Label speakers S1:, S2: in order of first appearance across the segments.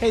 S1: Hey,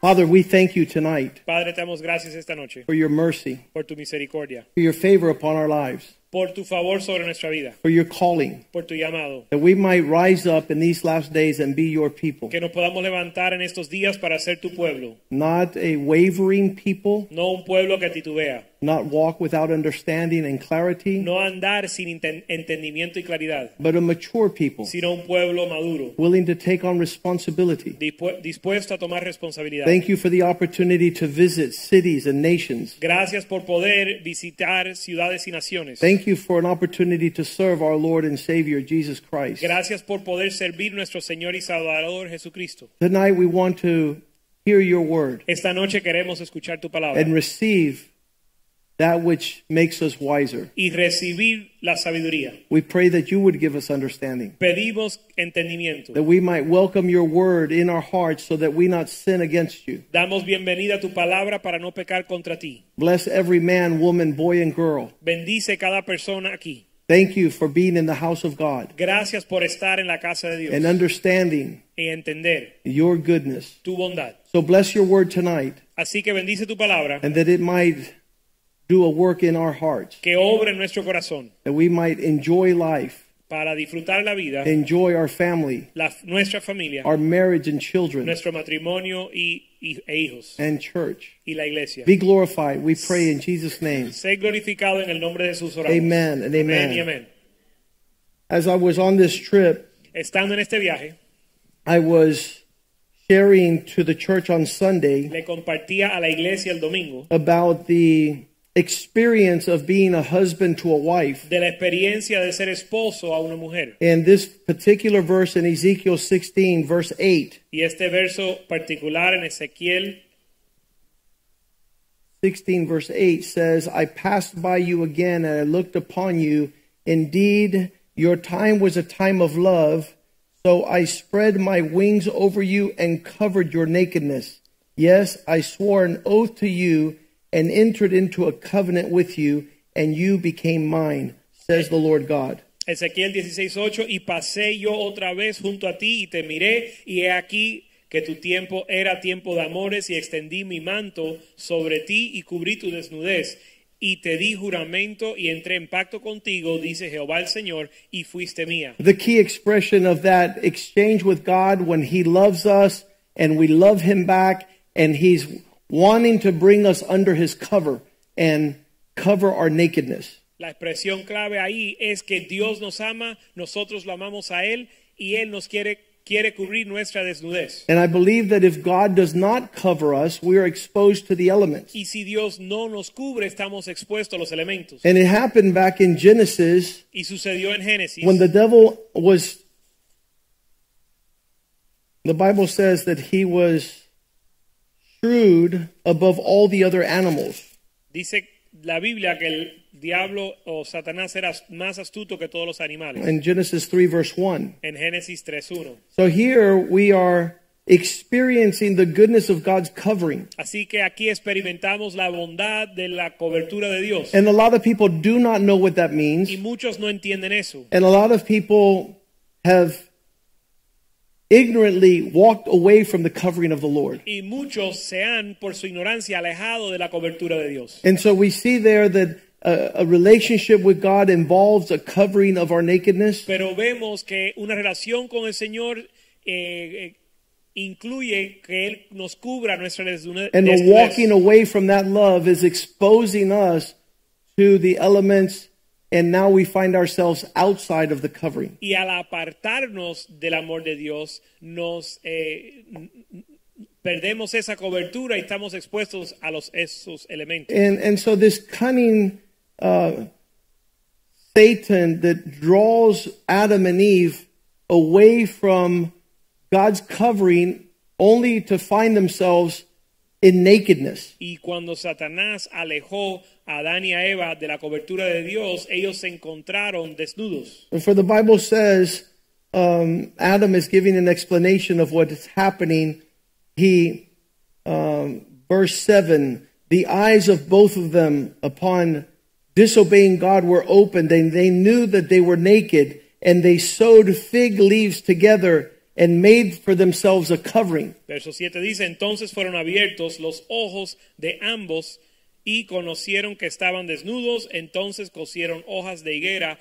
S1: Father, we thank you tonight
S2: Padre, te damos gracias esta noche
S1: for your mercy,
S2: por tu misericordia,
S1: for your favor upon our lives,
S2: por tu favor sobre nuestra vida,
S1: for your calling,
S2: por tu llamado,
S1: that we might rise up in these last days and be your people.
S2: que nos podamos levantar en estos días para ser tu pueblo,
S1: Not a wavering people,
S2: no un pueblo que titubea,
S1: not walk without understanding and clarity,
S2: no andar sin inten- entendimiento y claridad,
S1: but a mature people,
S2: sino un pueblo maduro,
S1: willing to take on responsibility.
S2: dispu- dispuesto a tomar responsabilidad.
S1: Thank you for the opportunity to visit cities and nations.
S2: Gracias por poder visitar ciudades y naciones.
S1: Thank you for an opportunity to serve our Lord and Savior Jesus Christ.
S2: Gracias por poder servir nuestro Señor y Salvador Jesucristo.
S1: Tonight we want to hear your word
S2: Esta noche queremos escuchar tu palabra
S1: and receive that which makes us wiser.
S2: y recibir la sabiduría.
S1: We pray that you would give us understanding,
S2: Pedimos entendimiento.
S1: that we might welcome your word in our hearts so that we not sin against you.
S2: Damos bienvenida a tu palabra para no pecar contra ti.
S1: Bless every man, woman, boy, and girl.
S2: Bendice cada persona aquí.
S1: Thank you for being in the house of God
S2: Gracias por estar en la casa de Dios
S1: and understanding
S2: y entender
S1: your goodness.
S2: tu bondad.
S1: So bless your word tonight.
S2: Así que bendice tu palabra,
S1: and that it might do a work in our hearts,
S2: que obre en nuestro corazón
S1: that we might enjoy life,
S2: para disfrutar la vida,
S1: enjoy our family,
S2: la, nuestra familia,
S1: our marriage and children
S2: nuestro matrimonio y, y- e hijos
S1: and church.
S2: y la iglesia.
S1: Be glorified, we pray in Jesus' name.
S2: Sé glorificado en el nombre de sus oraciones.
S1: Amen and
S2: Amén y
S1: amen.
S2: amén.
S1: As I was on this trip,
S2: Estando en este viaje,
S1: I was sharing to the church on Sunday
S2: le compartía a la iglesia el domingo
S1: about the experience of being a husband to a wife.
S2: de la experiencia de ser esposo a una mujer.
S1: And this particular verse in Ezekiel 16, verse 8,
S2: Y este verso particular en Ezequiel
S1: 16 verse 8 says, I passed by you again and I looked upon you. Indeed, your time was a time of love. So I spread my wings over you and covered your nakedness. Yes, I swore an oath to you and entered into a covenant with you, and you became mine, says the Lord God.
S2: Ezequiel 16:8 y pasé yo otra vez junto a ti y te miré y he aquí que tu tiempo era tiempo de amores y extendí mi manto sobre ti y cubrí tu desnudez y te di juramento y entré en pacto contigo dice Jehová el Señor y fuiste mía.
S1: The key expression of that exchange with God when He loves us and we love Him back, and He's wanting to bring us under His cover and cover our nakedness.
S2: La expresión clave ahí es que Dios nos ama, nosotros lo amamos a él y él nos quiere quiere cubrir nuestra desnudez.
S1: And I believe that if God does not cover us, we are exposed to the elements.
S2: Y si Dios no nos cubre, estamos expuestos a los elementos.
S1: And it happened back in Genesis
S2: Y sucedió en Génesis,
S1: when the devil was. The Bible says that he was shrewd above all the other animals.
S2: dice la Biblia que el diablo o Satanás era más astuto que todos los animales.
S1: In Genesis 3, verse 1.
S2: En Génesis 3.1.
S1: So here we are experiencing the goodness of God's covering.
S2: Así que aquí experimentamos la bondad de la cobertura de Dios.
S1: And a lot of people do not know what that means.
S2: Y muchos no entienden eso.
S1: And a lot of people have ignorantly walked away from the covering of the Lord.
S2: Y muchos se han, por su ignorancia, alejado de la cobertura de Dios.
S1: And so we see there that a, a relationship with God involves a covering of our nakedness.
S2: Pero vemos que una relación con el Señor eh, eh, incluye que Él nos cubra nuestra desnude-
S1: And the
S2: desnudez.
S1: walking away from that love is exposing us to the elements. And now we find ourselves outside of the covering.
S2: Y al apartarnos del amor de Dios, nos eh, n- n- perdemos esa cobertura y estamos expuestos a los, esos elementos.
S1: and and so this cunning uh, Satan that draws Adam and Eve away from God's covering, only to find themselves in nakedness.
S2: Y cuando Satanás alejó a Adán y a Eva de la cobertura de Dios, ellos se encontraron desnudos.
S1: And for the Bible says, um, Adam is giving an explanation of what is happening. He, um, verse 7, the eyes of both of them upon disobeying God were opened, and they knew that they were naked, and they sewed fig leaves together and made for themselves a covering.
S2: Verso 7 dice, entonces fueron abiertos los ojos de ambos y conocieron que estaban desnudos, entonces cosieron hojas de higuera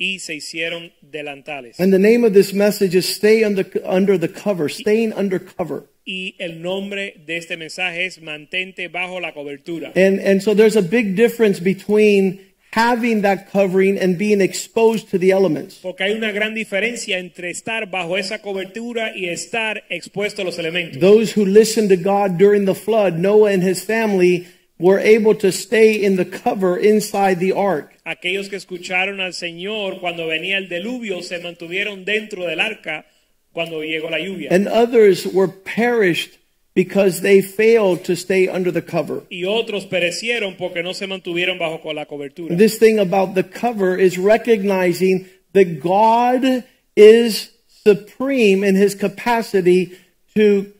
S2: y se hicieron delantales.
S1: And the name of this message is Stay Under, under the Cover, Staying Under Cover.
S2: Y el nombre de este mensaje es mantente bajo la cobertura.
S1: And, and so there's a big difference between having that covering and being exposed to the elements.
S2: Porque hay una gran diferencia entre estar bajo esa cobertura y estar expuesto a los elementos.
S1: Those who listened to God during the flood, Noah and his family, were able to stay in the cover inside the ark.
S2: Aquellos que escucharon al Señor cuando venía el deluvio se mantuvieron dentro del arca cuando llegó la lluvia.
S1: And others were perished because they failed to stay under the cover.
S2: y otros perecieron porque no se mantuvieron bajo co- la cobertura.
S1: This thing about the cover is recognizing that God is supreme in his capacity to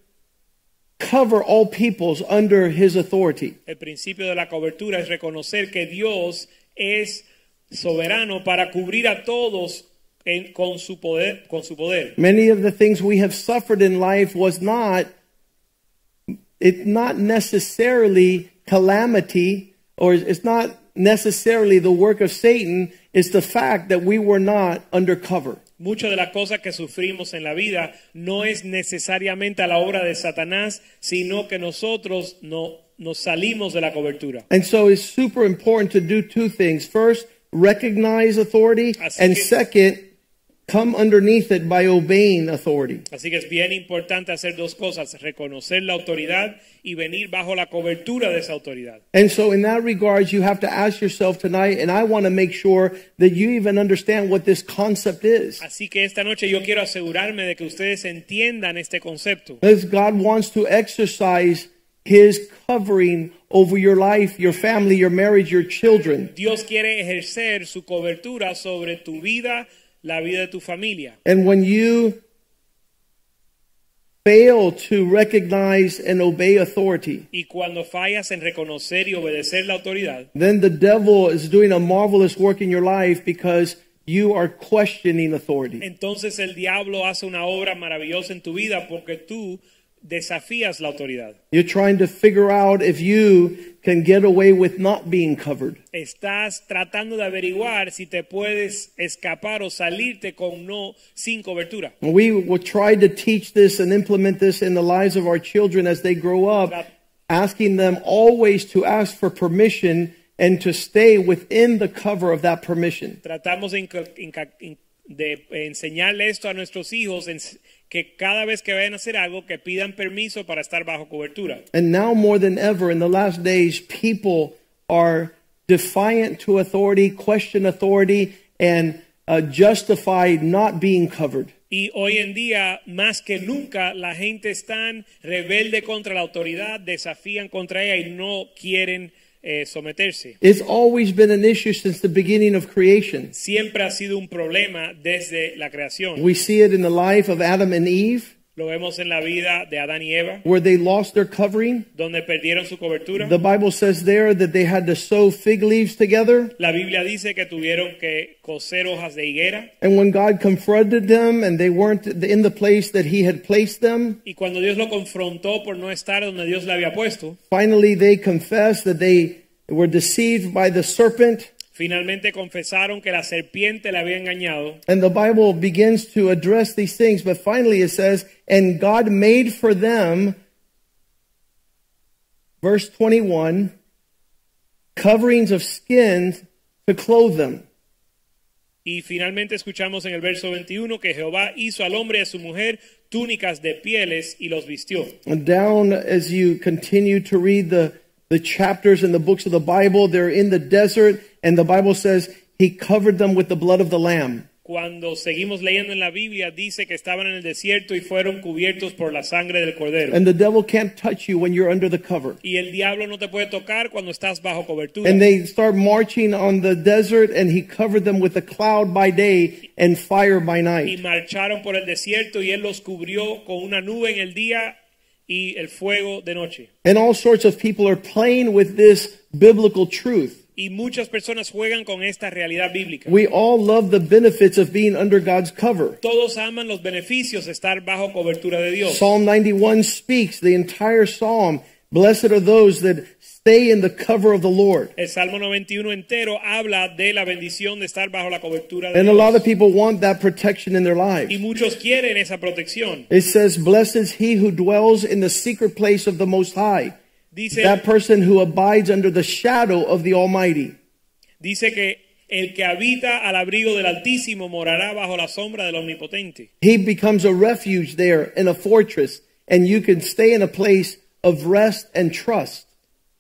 S1: cover all peoples under his authority.
S2: El principio de la cobertura es reconocer que Dios es soberano para cubrir a todos en- con su poder, con su poder.
S1: Many of the things we have suffered in life was not it's not necessarily calamity or it's not necessarily the work of Satan, it's the fact that we were not under cover.
S2: Muchas de las cosas que sufrimos en la vida no es necesariamente a la obra de Satanás, sino que nosotros no nos salimos de la cobertura.
S1: And so it's super important to do two things. First, recognize authority,
S2: Así
S1: and
S2: que-
S1: second, come underneath it by obeying authority.
S2: Así que es bien importante hacer dos cosas, reconocer la autoridad y venir bajo la cobertura de esa autoridad.
S1: And so, in that regards, you have to ask yourself tonight, and I want to make sure that you even understand what this concept is.
S2: Así que esta noche yo quiero asegurarme de que ustedes entiendan este concepto.
S1: Because God wants to exercise His covering over your life, your family, your marriage, your children.
S2: Dios quiere ejercer su cobertura sobre tu vida, la vida de tu familia.
S1: And when you fail to recognize and obey authority,
S2: Y cuando fallas en reconocer y obedecer la autoridad,
S1: then the devil is doing a marvelous work in your life because you are questioning authority.
S2: entonces el diablo hace una obra maravillosa en tu vida porque tú desafías la autoridad.
S1: You're trying to figure out if you can get away with not being covered.
S2: Estás tratando de averiguar si te puedes escapar o salirte con no sin cobertura.
S1: We will try to teach this and implement this in the lives of our children as they grow up, asking them always to ask for permission and to stay within the cover of that permission.
S2: tratamos de, inca- inca- in- de enseñarle esto a nuestros hijos, ens- que cada vez que vayan a hacer algo, que pidan permiso para estar bajo cobertura.
S1: And now more than ever, in the last days, people are defiant to authority, question authority, and uh, justify not being covered.
S2: Y hoy en día, más que nunca, la gente está rebelde contra la autoridad, desafían contra ella y no quieren eh, someterse.
S1: It's always been an issue since the beginning of creation.
S2: Siempre ha sido un problema desde la creación.
S1: We see it in the life of Adam and Eve,
S2: Lo vemos en la vida de Adán y Eva,
S1: where they lost their covering.
S2: donde perdieron su cobertura.
S1: The Bible says there that they had to sew fig leaves together.
S2: La Biblia dice que tuvieron que coser hojas de higuera.
S1: And when God confronted them and they weren't in the place that He had placed them,
S2: Y cuando Dios lo confrontó por no estar donde Dios le había puesto,
S1: finally they confessed that they were deceived by the serpent.
S2: finalmente confesaron que la serpiente le había engañado.
S1: And the Bible begins to address these things, but finally it says, And God made for them, verse 21, coverings of skins to clothe them.
S2: Y finalmente escuchamos en el verso 21 que Jehová hizo al hombre y a su mujer túnicas de pieles y los vistió.
S1: And down as you continue to read the, the chapters and the books of the Bible, they're in the desert, and the Bible says, He covered them with the blood of the Lamb.
S2: cuando seguimos leyendo en la Biblia, dice que estaban en el desierto y fueron cubiertos por la sangre del cordero.
S1: And the devil can't touch you when you're under the cover.
S2: Y el diablo no te puede tocar cuando estás bajo cobertura.
S1: And they start marching on the desert, and he covered them with a cloud by day and fire by
S2: y
S1: night.
S2: marcharon por el desierto y él los cubrió con una nube en el día y el fuego de noche.
S1: And all sorts of people are playing with this biblical truth.
S2: Y muchas personas juegan con esta realidad bíblica.
S1: We all love the benefits of being under God's cover.
S2: Todos aman los beneficios de estar bajo cobertura de Dios.
S1: Psalm 91 speaks the entire psalm. Blessed are those that stay in the cover of the Lord.
S2: El Salmo 91 entero habla de la bendición de estar bajo la cobertura de
S1: And a
S2: Dios.
S1: lot of people want that protection in their
S2: y
S1: lives.
S2: muchos quieren esa protección.
S1: It says, Blessed is he who dwells in the secret place of the Most High,
S2: Dice,
S1: that person who abides under the shadow of the Almighty.
S2: dice que el que habita al abrigo del Altísimo morará bajo la sombra del Omnipotente.
S1: He becomes a refuge there in a fortress, and you can stay in a place of rest and trust.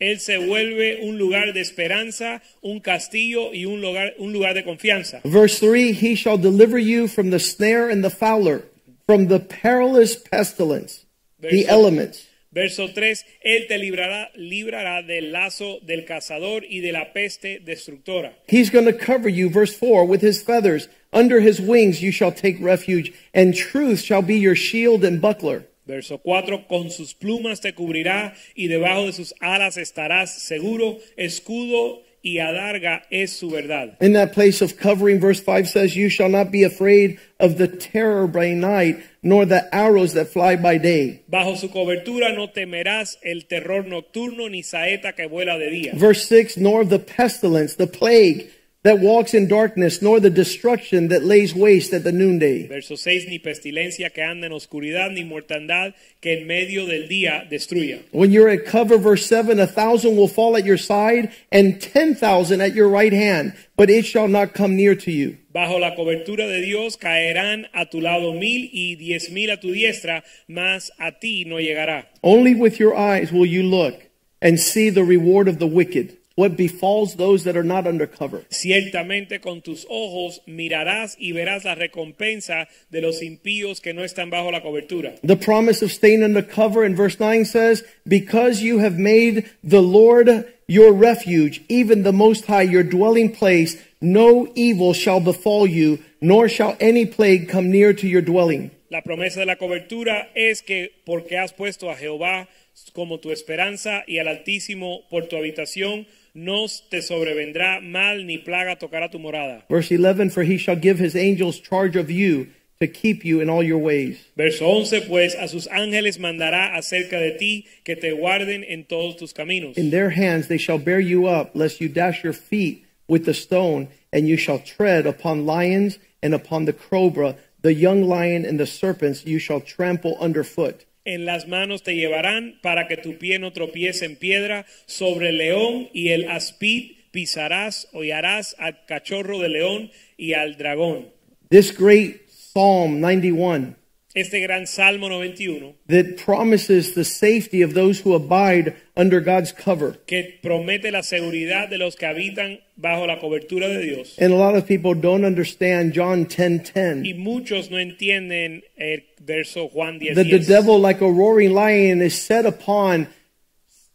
S2: Él se vuelve un lugar de esperanza, un castillo y un lugar, un lugar de confianza.
S1: Verse 3 He shall deliver you from the snare and the fowler, from the perilous pestilence,
S2: Verse-
S1: the elements.
S2: Verso 3, Él te librará, librará del lazo del cazador y de la peste destructora.
S1: He's going to cover you, verse 4, with his feathers. Under his wings you shall take refuge, and truth shall be your shield and buckler.
S2: Verso 4, con sus plumas te cubrirá y debajo de sus alas estarás seguro, escudo y adarga es su verdad.
S1: In that place of covering, verse 5 says, You shall not be afraid of the terror by night, nor the arrows that fly by day.
S2: Bajo su cobertura no temerás el terror nocturno ni saeta que vuela de día.
S1: Verse 6, nor of the pestilence, the plague that walks in darkness, nor the destruction that lays waste at the noonday.
S2: Verso 6, ni pestilencia que anda en oscuridad, ni mortandad que en medio del día destruya.
S1: When you're at cover, verse 7, a thousand will fall at your side, and 10,000 at your right hand, but it shall not come near to you.
S2: Bajo la cobertura de Dios caerán a tu lado mil y diez mil a tu diestra, mas a ti no llegará.
S1: Only with your eyes will you look and see the reward of the wicked, what befalls those that are not under cover.
S2: Ciertamente con tus ojos mirarás y verás la recompensa de los impíos que no están bajo la cobertura.
S1: The promise of staying under cover in verse 9 says, Because you have made the Lord your refuge, even the Most High your dwelling place, no evil shall befall you, nor shall any plague come near to your dwelling.
S2: La promesa de la cobertura es que porque has puesto a Jehová como tu esperanza y al Altísimo por tu habitación, no te sobrevendrá mal ni plaga tocará tu morada.
S1: Verse 11, For he shall give his angels charge of you to keep you in all your ways.
S2: Verso 11, pues a sus ángeles mandará acerca de ti que te guarden en todos tus caminos.
S1: In their hands they shall bear you up, lest you dash your feet with the stone, and you shall tread upon lions and upon the cobra, the young lion and the serpents you shall trample underfoot.
S2: En las manos te llevarán para que tu pie no tropiece en piedra. Sobre el león y el aspid pisarás, hollarás al cachorro de león y al dragón.
S1: This great Psalm 91
S2: Este gran Salmo 91
S1: that promises the safety of those who abide under God's cover.
S2: que promete la seguridad de los que habitan bajo la cobertura de Dios.
S1: And a lot of people don't understand John 10:10.
S2: Y muchos no entienden el verso Juan 10.
S1: that the devil, like a roaring lion, is set upon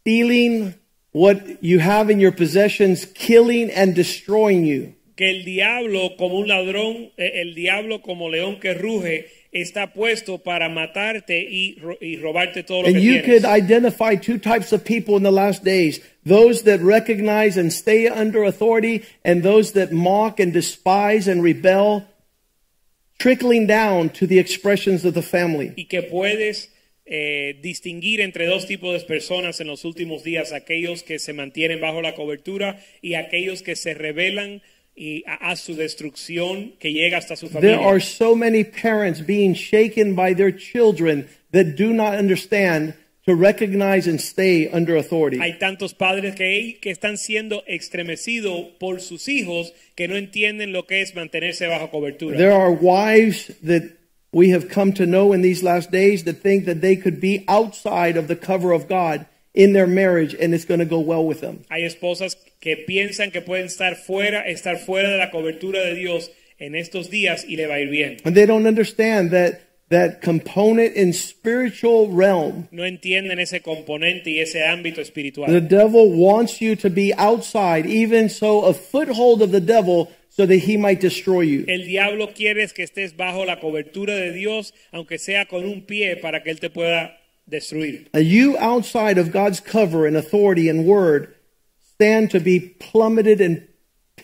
S1: stealing what you have in your possessions, killing and destroying you.
S2: que el diablo como un ladrón, eh, el diablo como león que ruge, está puesto para matarte y, ro- y robarte todo lo
S1: And
S2: que
S1: you
S2: tienes.
S1: could identify two types of people in the last days those that recognize and stay under authority, and those that mock and despise and rebel, trickling down to the expressions of the family.
S2: y que puedes eh, distinguir entre dos tipos de personas en los últimos días, aquellos que se mantienen bajo la cobertura y aquellos que se rebelan y a, a su destrucción que llega hasta su
S1: There are
S2: familia.
S1: so many parents being shaken by their children that do not understand to recognize and stay under authority.
S2: Hay tantos padres que, que están siendo estremecidos por sus hijos que no entienden lo que es mantenerse bajo cobertura.
S1: There are wives that we have come to know in these last days that think that they could be outside of the cover of God in their marriage and it's going to go well with them.
S2: Hay esposas que piensan que pueden estar fuera, estar fuera de la cobertura de Dios en estos días y le va a ir bien.
S1: And they don't understand that that component in spiritual realm.
S2: No entienden ese componente y ese ámbito espiritual.
S1: The devil wants you to be outside, even so a foothold of the devil so that he might destroy you.
S2: El diablo quiere es que estés bajo la cobertura de Dios, aunque sea con un pie, para que Él te pueda destruir.
S1: Uh, You outside of God's cover and authority and word stand to be plummeted and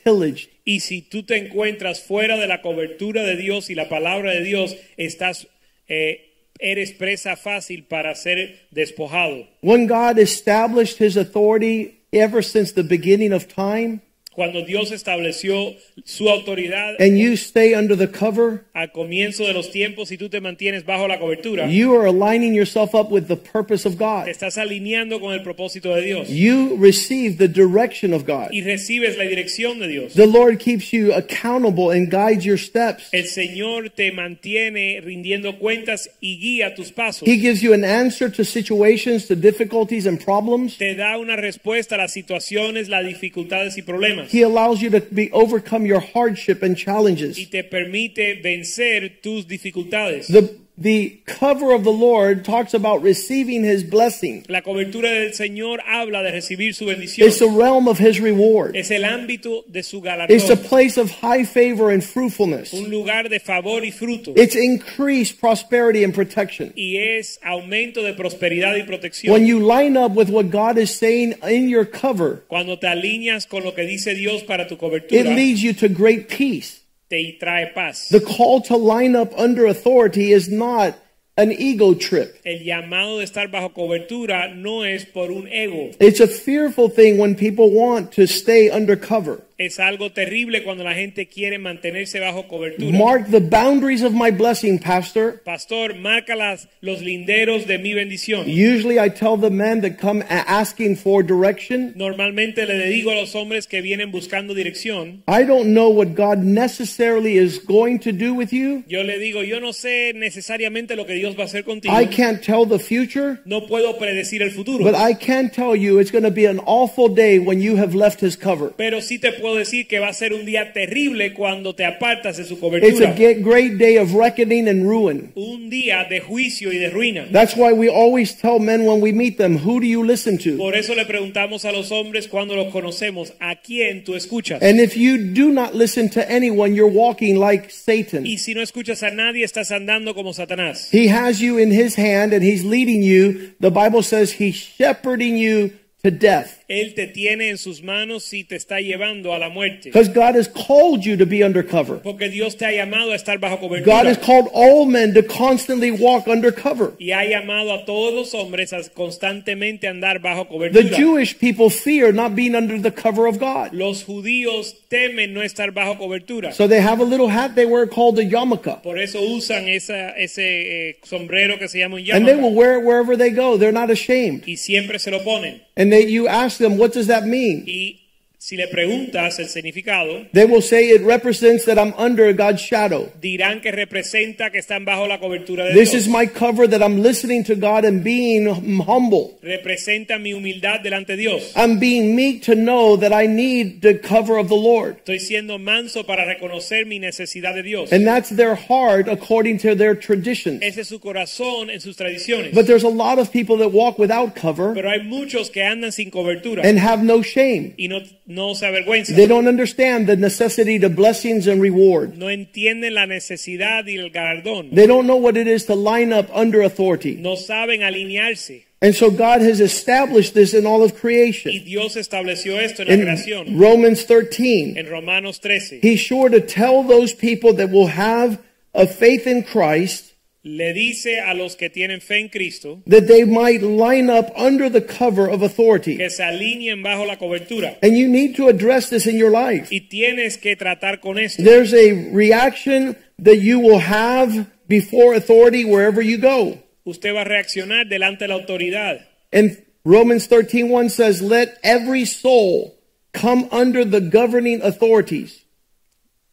S1: pillaged.
S2: Y si tú te encuentras fuera de la cobertura de Dios y la palabra de Dios, estás, eh, eres presa fácil para ser despojado.
S1: When God established his authority ever since the beginning of time,
S2: Cuando Dios estableció su autoridad
S1: and you stay under the cover,
S2: al comienzo de los tiempos y tú te mantienes bajo la cobertura,
S1: you are aligning yourself up with the purpose of
S2: te
S1: God.
S2: estás alineando con el propósito de Dios
S1: You receive the direction of God.
S2: y recibes la dirección de Dios.
S1: The Lord keeps you accountable and guides your steps.
S2: El Señor te mantiene rindiendo cuentas y guía tus pasos.
S1: He gives you an answer to situations, to difficulties and problems.
S2: Te da una respuesta a las situaciones, las dificultades y problemas.
S1: He allows you to be overcome your hardship and challenges.
S2: Y te permite vencer tus dificultades.
S1: The the cover of the Lord talks about receiving his blessing.
S2: La cobertura del Señor habla de recibir su bendición.
S1: It's the realm of his reward.
S2: Es el ámbito de su
S1: It's a
S2: galardón.
S1: place of high favor and fruitfulness.
S2: Un lugar de favor y fruto.
S1: It's increased prosperity and protection.
S2: Y es aumento de prosperidad y protección.
S1: When you line up with what God is saying in your cover,
S2: Cuando te alineas con lo que dice Dios para tu
S1: it
S2: cobertura,
S1: leads you to great peace.
S2: te trae paz.
S1: The call to line up under authority is not an ego trip.
S2: El llamado de estar bajo cobertura no es por un ego.
S1: It's a fearful thing when people want to stay under cover.
S2: Es algo terrible cuando la gente quiere mantenerse bajo cobertura.
S1: Mark the boundaries of my blessing, Pastor.
S2: Pastor, marca las, los linderos de mi bendición.
S1: Usually I tell the men that come a- asking for direction,
S2: Normalmente le digo a los hombres que vienen buscando dirección,
S1: I don't know what God necessarily is going to do with you.
S2: yo le digo, yo no sé necesariamente lo que Dios va a hacer contigo.
S1: I can't tell the future,
S2: No puedo predecir el futuro.
S1: but I can tell you it's going to be an awful day when you have left his cover.
S2: Pero sí te puedo decir que va a ser un día terrible cuando te apartas de su
S1: It's a
S2: cobertura.
S1: ge- great day of reckoning and ruin.
S2: Un día de juicio y de ruina.
S1: That's why we always tell men when we meet them, who do you listen to?
S2: Por eso le preguntamos a los hombres cuando los conocemos, ¿a quién tú escuchas?
S1: And if you do not listen to anyone, you're walking like Satan.
S2: Y si no escuchas a nadie, estás andando como Satanás.
S1: He has you in his hand and he's leading you. The Bible says he's shepherding you to death
S2: Él te tiene en sus manos y te está llevando a la muerte.
S1: because God has called you to be undercover.
S2: Porque Dios te ha llamado a estar bajo
S1: God has
S2: cobertura.
S1: called all men to constantly walk undercover.
S2: Y ha llamado a todos los hombres a constantemente andar bajo
S1: The
S2: cobertura.
S1: Jewish people fear not being under the cover of God.
S2: Los judíos temen no estar bajo cobertura.
S1: So they have a little hat they wear called a yarmulke.
S2: Por eso usan esa, ese eh, sombrero que se llama un
S1: And they
S2: yarmulke.
S1: will wear it wherever they go. They're not ashamed.
S2: Y siempre se lo ponen.
S1: And they, you ask them, what does that mean?
S2: Y si le preguntas el significado,
S1: They will say it represents that I'm under God's shadow.
S2: dirán que representa que están bajo la cobertura de
S1: This
S2: Dios.
S1: is my cover that I'm listening to God and being hum- humble.
S2: representa mi humildad delante de Dios.
S1: I'm being meek to know that I need the cover of the Lord.
S2: Estoy siendo manso para reconocer mi necesidad de Dios.
S1: And that's their heart according to their traditions.
S2: Ese es su corazón en sus tradiciones.
S1: But there's a lot of people that walk without cover
S2: Pero hay muchos que andan sin cobertura
S1: and have no shame.
S2: y no, no se avergüenzan.
S1: They don't understand the necessity to blessings and reward.
S2: No entienden la necesidad y el galardón.
S1: They don't know what it is to line up under authority.
S2: No saben alinearse.
S1: And so God has established this in all of
S2: Y
S1: creation.
S2: Dios estableció esto en la
S1: In
S2: creación.
S1: Romans 13,
S2: En Romanos 13.
S1: He's sure to tell those people that will have a faith in Christ
S2: Le dice a los que tienen fe en Cristo
S1: that they might line up under the cover of authority.
S2: que se alineen bajo la cobertura.
S1: And you need to address this in your life.
S2: Y tienes que tratar con esto.
S1: There's a reaction that you will have before authority wherever you go.
S2: Usted va a reaccionar delante de la autoridad.
S1: And Romans 13:1 says, "Let every soul come under the governing authorities,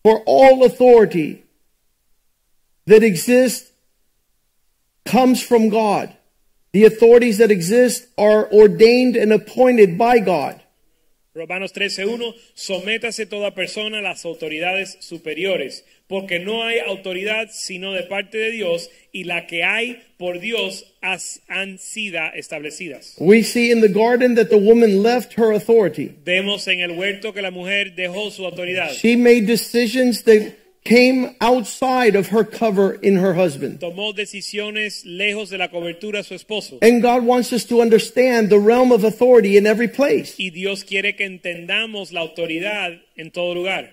S1: for all authority that exists comes from God. The authorities that exist are ordained and appointed by God."
S2: Romanos 13:1, sométase toda persona a las autoridades superiores, porque no hay autoridad sino de parte de Dios y la que hay por Dios has- han sido establecidas.
S1: We see in the garden that the woman left her authority.
S2: Vemos en el huerto que la mujer dejó su autoridad.
S1: She made decisions that came outside of her cover in her husband.
S2: Tomó decisiones lejos de la cobertura de su esposo.
S1: And God wants us to understand the realm of authority in every place,
S2: Y Dios quiere que entendamos la autoridad en todo lugar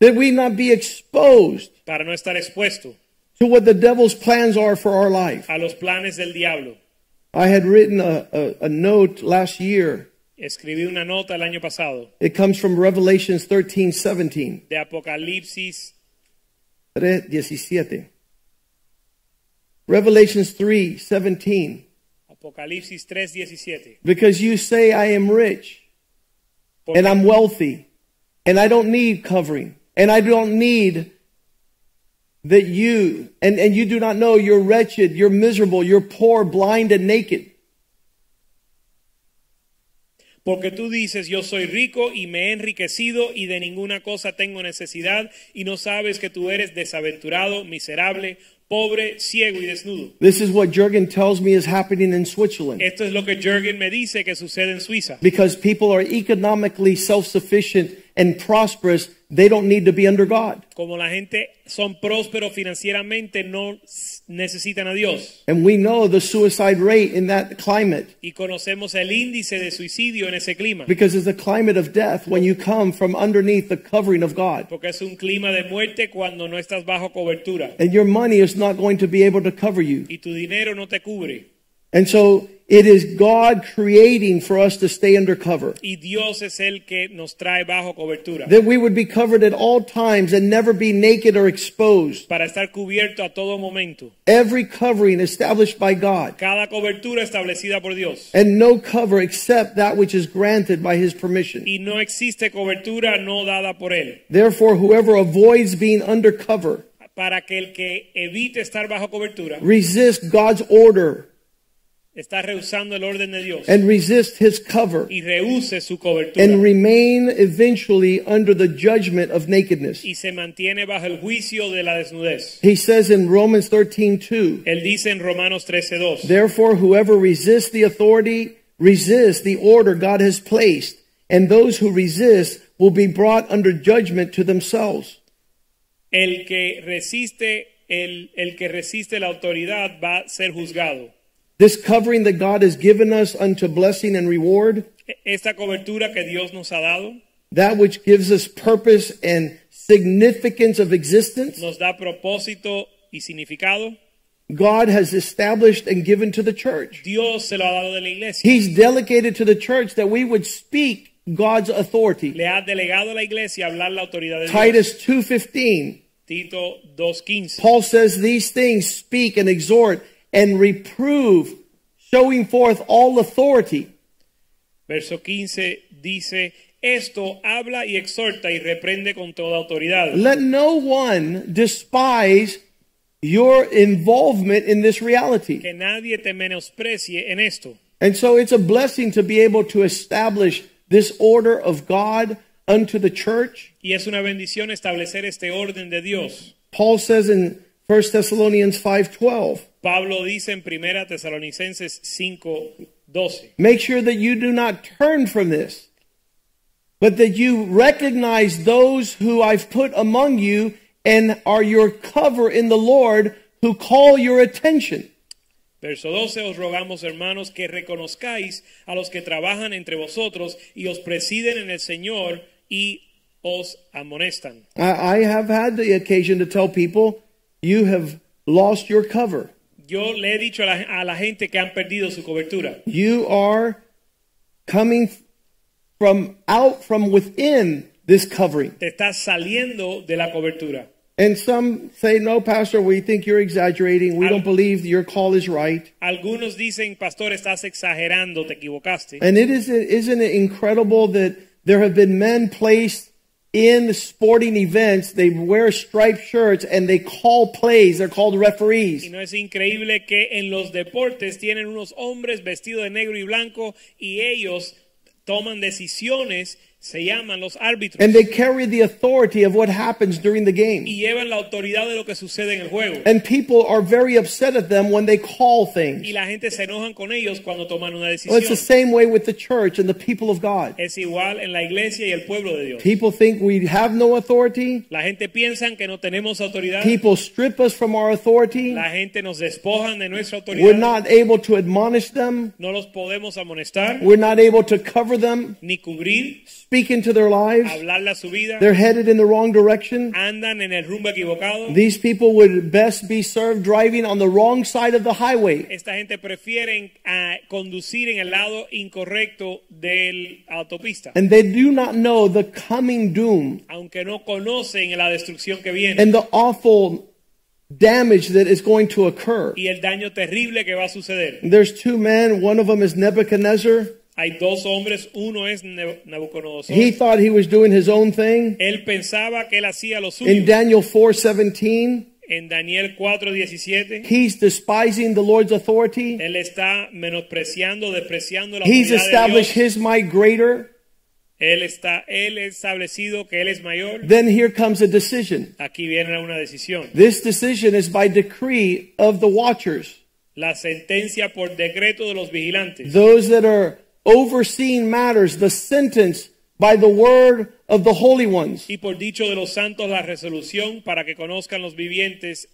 S1: that we not be exposed
S2: para no estar expuesto
S1: to what the devil's plans are for our life.
S2: a los planes del diablo.
S1: I had written a, a, a note last year.
S2: Escribí una nota el año pasado
S1: It comes from Revelations 13 17.
S2: de Apocalipsis
S1: 3:17. Revelations 3:17.
S2: Apocalipsis 3:17.
S1: Because you say I am rich
S2: Porque,
S1: and I'm wealthy and I don't need covering and I don't need that you and, and you do not know you're wretched, you're miserable, you're poor, blind and naked.
S2: porque tú dices, yo soy rico y me he enriquecido y de ninguna cosa tengo necesidad y no sabes que tú eres desaventurado, miserable, pobre, ciego y desnudo.
S1: This is what Jurgen tells me is happening in Switzerland
S2: Esto es lo que Jürgen me dice que sucede en Suiza.
S1: because people are economically self-sufficient and prosperous, they don't need to be under God.
S2: Como la gente son prósperos financieramente, no s- necesitan a Dios.
S1: And we know the suicide rate in that climate
S2: Y conocemos el índice de suicidio en ese clima,
S1: Because it's a climate of death when you come from underneath the covering of God.
S2: porque es un clima de muerte cuando no estás bajo cobertura
S1: And your money is not going to be able to cover you.
S2: y tu dinero no te cubre.
S1: And so it is God creating for us to stay under cover.
S2: Y Dios es el que nos trae bajo cobertura.
S1: That we would be covered at all times and never be naked or exposed.
S2: para estar cubierto a todo momento.
S1: Every covering established by God.
S2: Cada cobertura establecida por Dios.
S1: And no cover except that which is granted by his permission.
S2: Y no existe cobertura no dada por Él.
S1: Therefore, whoever avoids being under cover
S2: Para que el que evite estar bajo cobertura
S1: resists God's order
S2: está rehusando el orden de Dios
S1: and resists his cover.
S2: y rehúse su cobertura
S1: and remain eventually under the judgment of nakedness.
S2: y se mantiene bajo el juicio de la desnudez.
S1: He says in Romans 13:2,
S2: Él dice en Romanos 13:2,
S1: therefore whoever resists the authority resists the order God has placed, and those who resist will be brought under judgment to themselves.
S2: el que resiste el, el que resiste la autoridad va a ser juzgado.
S1: This covering that God has given us unto blessing and reward,
S2: E- Esta cobertura que Dios nos ha dado
S1: that which gives us purpose and significance of existence,
S2: nos da propósito y significado.
S1: God has established and given to the church.
S2: Dios se lo ha dado de la iglesia.
S1: He's delegated to the church that we would speak God's authority.
S2: Le ha delegado a la iglesia hablar la autoridad de Dios.
S1: Titus 2:15.
S2: Tito 2.15.
S1: Paul says these things speak and exhort and reprove, showing forth all authority.
S2: Verso 15 dice, esto habla y exhorta y reprende con toda autoridad.
S1: Let no one despise your involvement in this reality.
S2: Que nadie te menosprecie en esto.
S1: And so it's a blessing to be able to establish this order of God unto the church.
S2: Y es una bendición establecer este orden de Dios.
S1: Paul says in 1 Thessalonians 5:12,
S2: Pablo dice en 1 Tesalonicenses 5.12.
S1: Make sure that you do not turn from this, but that you recognize those who I've put among you and are your cover in the Lord who call your attention.
S2: Verso 12, os rogamos hermanos que reconozcáis a los que trabajan entre vosotros y os presiden en el Señor y os amonestan.
S1: I, I have had the occasion to tell people, you have lost your cover.
S2: Yo le he dicho a la, a la gente que han perdido su cobertura,
S1: You are coming from out from within this covering.
S2: te estás saliendo de la cobertura.
S1: And some say, no, Pastor, we think you're exaggerating. We don't believe your call is right.
S2: Algunos dicen, pastor, estás exagerando, te equivocaste.
S1: And it is isn't it incredible that there have been men placed in sporting events. They wear striped shirts and they call plays. They're called
S2: Y
S1: referees.
S2: no es increíble que en los deportes tienen unos hombres vestidos de negro y blanco y ellos toman decisiones se llaman los árbitros
S1: and they carry the authority of what happens during the game.
S2: y llevan la autoridad de lo que sucede en el juego.
S1: And people are very upset at them when they call
S2: Y
S1: things.
S2: la gente se enojan con ellos cuando toman una
S1: Well, it's the
S2: decisión.
S1: same way with the church and the people of God.
S2: Es igual en la iglesia y el pueblo de Dios.
S1: People think we have no authority.
S2: La gente piensa que no tenemos autoridad.
S1: People strip us from our authority.
S2: La gente nos despojan de nuestra autoridad.
S1: We're not able to admonish them.
S2: no los podemos amonestar
S1: We're not able to cover them,
S2: ni cubrir,
S1: speak into their lives.
S2: hablarle a su vida.
S1: They're headed in the wrong direction.
S2: Andan en el rumbo equivocado.
S1: These people would best be served driving on the wrong side of the highway.
S2: Esta gente prefieren ah, conducir en el lado incorrecto del autopista,
S1: And they do not know the coming doom
S2: aunque no conocen la destrucción que viene
S1: and the awful damage that is going to occur.
S2: y el daño terrible que va a suceder.
S1: There's two men, one of them is Nebuchadnezzar.
S2: Hay dos hombres, uno es Ne- Nabucodonosor.
S1: He thought he was doing his own thing.
S2: él pensaba que él hacía lo suyo.
S1: In Daniel 4:17,
S2: en Daniel 4:17,
S1: he's despising the Lord's authority.
S2: él está menospreciando, despreciando la
S1: He's
S2: autoridad de
S1: established
S2: Dios.
S1: his might greater.
S2: Él está él establecido que él es mayor.
S1: Then here comes a decision.
S2: Aquí viene una decisión.
S1: This decision is by decree of the watchers,
S2: La sentencia por decreto de los vigilantes.
S1: those that are overseeing matters, the sentence by the word of the holy ones.
S2: y por dicho de los santos la resolución para que conozcan los vivientes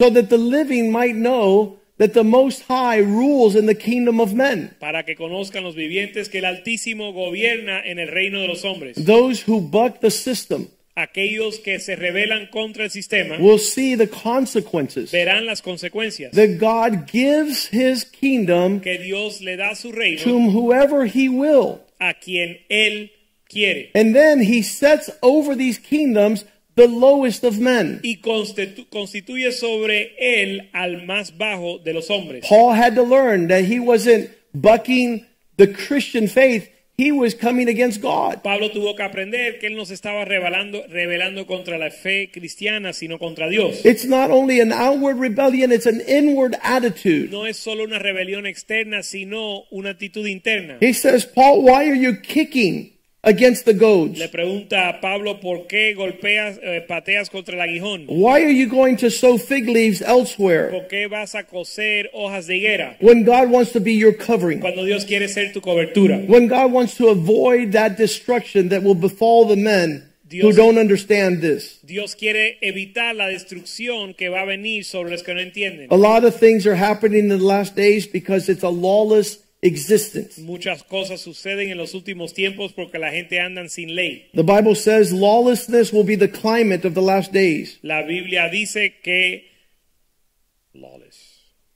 S1: so that the living might know that the Most High rules in the kingdom of men.
S2: para que conozcan los vivientes que el Altísimo gobierna en el reino de los hombres.
S1: Those who buck the system
S2: Aquellos que se rebelan contra el sistema
S1: will see the consequences
S2: verán las consecuencias
S1: that God gives his kingdom
S2: que Dios le da a su
S1: to
S2: reino
S1: whoever he will.
S2: a quien él quiere
S1: And then he sets over these kingdoms the lowest of men.
S2: y constitu- constituye sobre él al más bajo de los hombres.
S1: Paul had to learn that he wasn't bucking the Christian faith, he was coming against God.
S2: Pablo tuvo que aprender que él no se estaba rebalando, rebelando contra la fe cristiana, sino contra Dios.
S1: It's not only an outward rebellion, it's an inward attitude.
S2: no es solo una rebelión externa, sino una actitud interna.
S1: He says, Paul, why are you kicking against the goads?
S2: Le pregunta a Pablo por qué golpeas, eh, pateas contra el aguijón,
S1: Why are you going to sow fig leaves elsewhere
S2: por qué vas a coser hojas de higuera
S1: when God wants to be your covering?
S2: cuando Dios quiere ser tu cobertura.
S1: When God wants to avoid that destruction that will befall the men who
S2: Dios-
S1: don't understand this.
S2: Dios quiere evitar la destrucción que va a venir sobre los que no entienden.
S1: A lot of things are happening in the last days because it's a lawless existence.
S2: Muchas cosas suceden en los últimos tiempos porque la gente anda sin ley.
S1: The Bible says lawlessness will be the climate of the last days.
S2: La Biblia dice que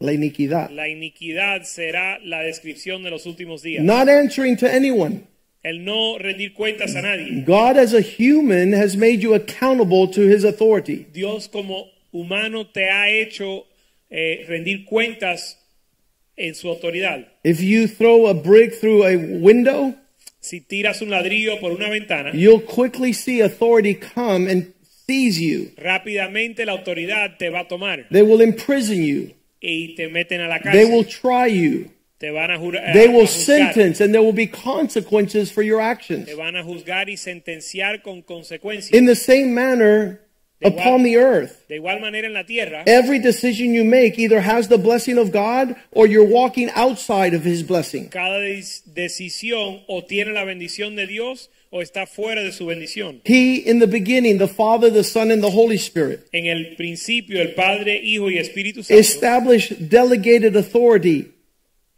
S1: La iniquidad.
S2: la iniquidad será la descripción de los últimos días.
S1: Not answering to anyone.
S2: El no rendir cuentas a nadie.
S1: God, as a human, has made you accountable to his authority.
S2: Dios como humano te ha hecho eh, rendir cuentas en su autoridad.
S1: If you throw a brick through a window,
S2: Si tiras un ladrillo por una ventana,
S1: you'll quickly see authority come and seize you.
S2: rápidamente la autoridad te va a tomar
S1: They will imprison you.
S2: y te meten a la
S1: They will
S2: cárcel.
S1: try you.
S2: Te van a jurar.
S1: They
S2: a
S1: will
S2: juzgar.
S1: sentence and there will be consequences for your actions.
S2: Te van a juzgar y sentenciar con consecuencias.
S1: In the same manner upon the earth.
S2: De igual manera en la tierra,
S1: Every decision you make either has the blessing of God or you're walking outside of his blessing.
S2: cada des- decisión o tiene la bendición de Dios o está fuera de su bendición.
S1: He in the beginning, the Father, the Son, and the Holy Spirit
S2: En el principio, el Padre, Hijo y Espíritu Santo
S1: established delegated authority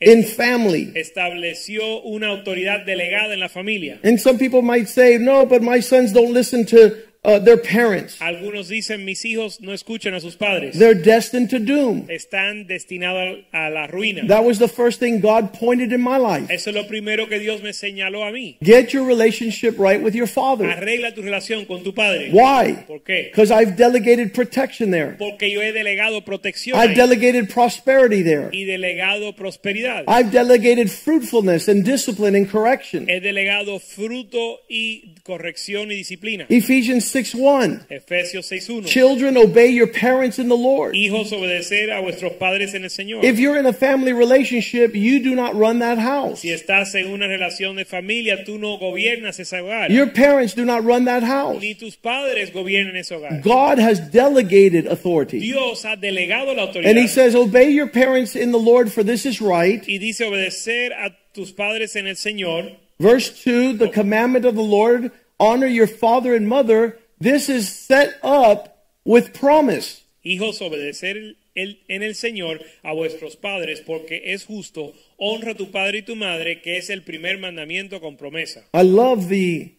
S1: in family.
S2: estableció una autoridad delegada en la familia.
S1: And some people might say, no, but my sons don't listen to uh, their parents.
S2: Algunos dicen, mis hijos no escuchan a sus padres.
S1: They're destined to doom.
S2: Están destinados a la ruina.
S1: That was the first thing God pointed in my life.
S2: Eso es lo primero que Dios me señaló a mí.
S1: Get your relationship right with your father.
S2: Arregla tu relación con tu padre.
S1: Why?
S2: ¿Por qué?
S1: Because I've delegated protection there.
S2: Porque yo he delegado protección
S1: I've
S2: ahí
S1: delegated prosperity there.
S2: y delegado prosperidad.
S1: I've delegated fruitfulness and discipline and correction.
S2: He delegado fruto y corrección y disciplina.
S1: Ephesians 6 1.
S2: Efesios 6.1.
S1: Children, obey your parents in the Lord.
S2: Hijos, obedecer a vuestros padres en el Señor.
S1: If you're in a family relationship, you do not run that house.
S2: Si estás en una relación de familia, tú no gobiernas ese hogar.
S1: Your parents do not run that house.
S2: Ni tus padres gobiernan ese hogar.
S1: God has delegated authority.
S2: Dios ha delegado la autoridad.
S1: And he says, Obey your parents in the Lord, for this is right.
S2: y dice obedecer a tus padres en el Señor.
S1: Verse 2 The commandment of the Lord, honor your father and mother. This is set up with promise.
S2: Hijos, obedecer el- en el Señor a vuestros padres, porque es justo. Honra a tu padre y tu madre, que es el primer mandamiento con promesa.
S1: I love the,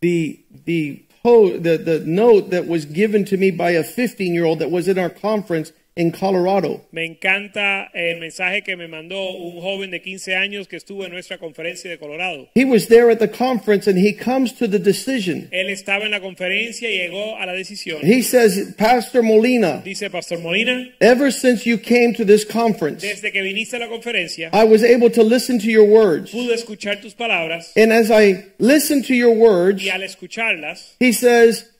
S1: the, the, po- the, the note that was given to me by a 15 year old that was in our conference in Colorado.
S2: Me encanta el mensaje que me mandó un joven de 15 años que estuvo en nuestra conferencia de Colorado.
S1: He was there at the conference and he comes to the decision.
S2: Él estaba en la conferencia y llegó a la decisión.
S1: He says, Pastor Molina,
S2: Dice Pastor Molina,
S1: ever since you came to this conference,
S2: desde que viniste a la conferencia,
S1: I was able to listen to your words.
S2: pude escuchar tus palabras
S1: And as I listened to your words,
S2: y al escucharlas,
S1: he says,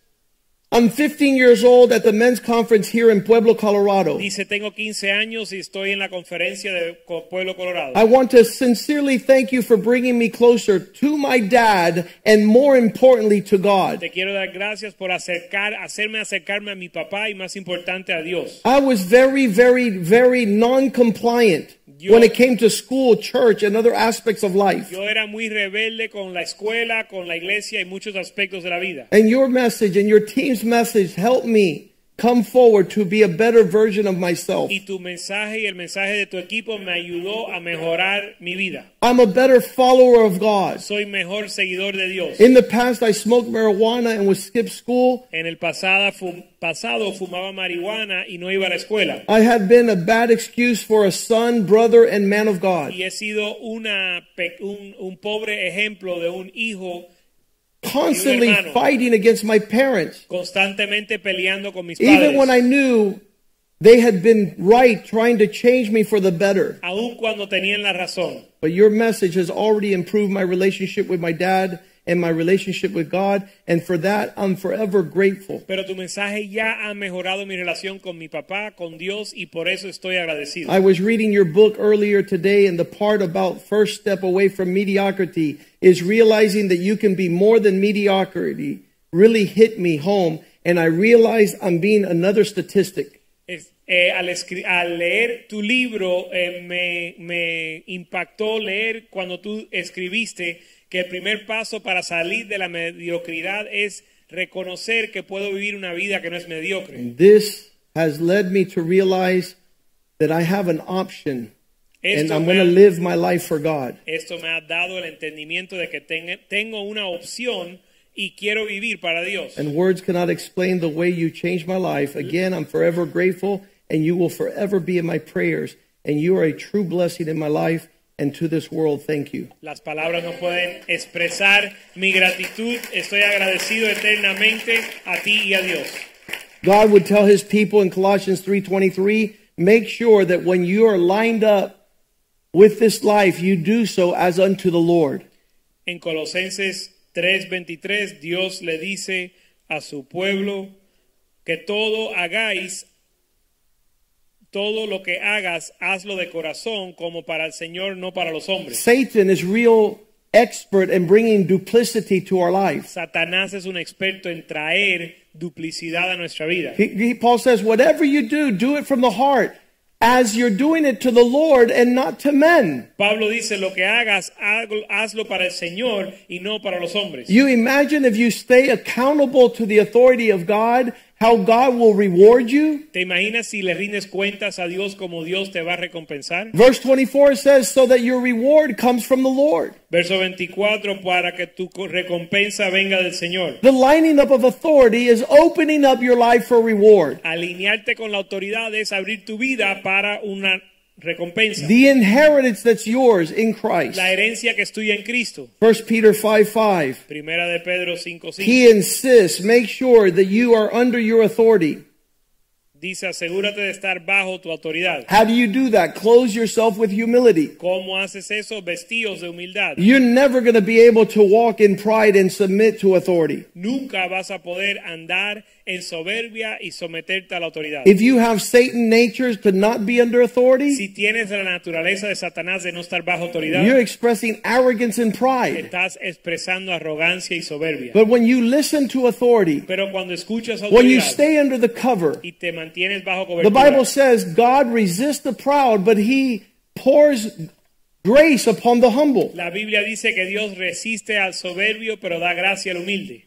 S1: I'm 15 years old at the men's conference here in Pueblo, Colorado.
S2: dice, tengo 15 años y estoy en la conferencia de Co- Pueblo Colorado.
S1: I want to sincerely thank you for bringing me closer to my dad and more importantly to God.
S2: Te quiero dar gracias por acercar, hacerme acercarme a mi papá y más importante a Dios.
S1: I was very, very, very non compliant when it came to school, church, and other aspects of life.
S2: Yo era muy rebelde con la escuela, con la iglesia y muchos aspectos de la vida.
S1: And your message and your team's message helped me come forward to be a better version of myself.
S2: Y tu mensaje y el mensaje de tu equipo me ayudó a mejorar mi vida.
S1: I'm a better follower of God.
S2: Soy mejor seguidor de Dios.
S1: In the past, I smoked marijuana and would skip school.
S2: En el pasado, pasado fumaba marihuana y no iba a la escuela.
S1: I had been a bad excuse for a son, brother, and man of God.
S2: Y he sido una, pe- un, un pobre ejemplo de un hijo
S1: Constantly fighting against my parents,
S2: constantemente peleando con mis padres.
S1: even when I knew they had been right trying to change me for the better.
S2: aun cuando tenían la razón.
S1: But your message has already improved my relationship with my dad and my relationship with God. And for that, I'm forever grateful.
S2: Pero tu mensaje ya ha mejorado mi relación con mi papá, con Dios, y por eso estoy agradecido.
S1: I was reading your book earlier today, and the part about first step away from mediocrity is realizing that you can be more than mediocrity really hit me home. And I realized I'm being another statistic.
S2: Es- eh, al, escri- al leer tu libro eh, me, me impactó leer cuando tú escribiste que el primer paso para salir de la mediocridad es reconocer que puedo vivir una vida que no es mediocre.
S1: This has led me to realize that I have an option, and
S2: Esto
S1: I'm going to
S2: me, ha,
S1: live my life for God.
S2: esto me ha dado el entendimiento de que ten- tengo una opción y quiero vivir para Dios.
S1: And words cannot explain the way you changed my life. Again, I'm forever grateful, and you will forever be in my prayers. And you are a true blessing in my life and to this world. Thank you.
S2: Las palabras no pueden expresar mi gratitud. Estoy agradecido eternamente a ti y a Dios.
S1: God would tell his people in Colossians 3:23, make sure that when you are lined up with this life, you do so as unto the Lord.
S2: En Colosenses 3:23 Dios le dice a su pueblo que todo hagáis, todo lo que hagas, hazlo de corazón como para el Señor, no para los hombres.
S1: Satan is real expert in bringing duplicity to our lives.
S2: Satanás es un experto en traer duplicidad a nuestra vida.
S1: He, he- Paul says, whatever you do, do it from the heart, as you're doing it to the Lord and not to men.
S2: Pablo dice, lo que hagas, hazlo- hazlo para el Señor y no para los hombres.
S1: You imagine if you stay accountable to the authority of God, how God will reward you?
S2: ¿Te imaginas si le rindes cuentas a Dios como Dios te va a recompensar?
S1: Verse 24 says, so that your reward comes from the Lord.
S2: Verso 24, para que tu co- recompensa venga del Señor.
S1: The lining up of authority is opening up your life for reward.
S2: Alinearte con la autoridad es abrir tu vida para una recompensa.
S1: The inheritance that's yours in Christ.
S2: La herencia que es tuya en Cristo.
S1: 1 Peter 5 5.
S2: Primera de Pedro 5.5
S1: He insists, make sure that you are under your authority.
S2: Dice, asegúrate de estar bajo tu autoridad.
S1: How do you do that? Clothe yourself with humility.
S2: ¿Cómo haces eso? Vestidos de humildad.
S1: You're never going to be able to walk in pride and submit to authority
S2: Nunca vas a poder andar en soberbia y someterte a la autoridad.
S1: if you have Satan natures to not be under authority.
S2: Si tienes la naturaleza de Satanás de no estar bajo autoridad,
S1: You're expressing arrogance and pride.
S2: estás expresando arrogancia y soberbia.
S1: But when you listen to authority,
S2: Pero cuando escuchas
S1: when you
S2: autoridad
S1: stay under the cover,
S2: y te mantienes bajo
S1: the
S2: cobertura,
S1: Bible says God resists the proud, but he pours grace upon the humble.
S2: la Biblia dice que Dios resiste al soberbio pero da gracia al humilde.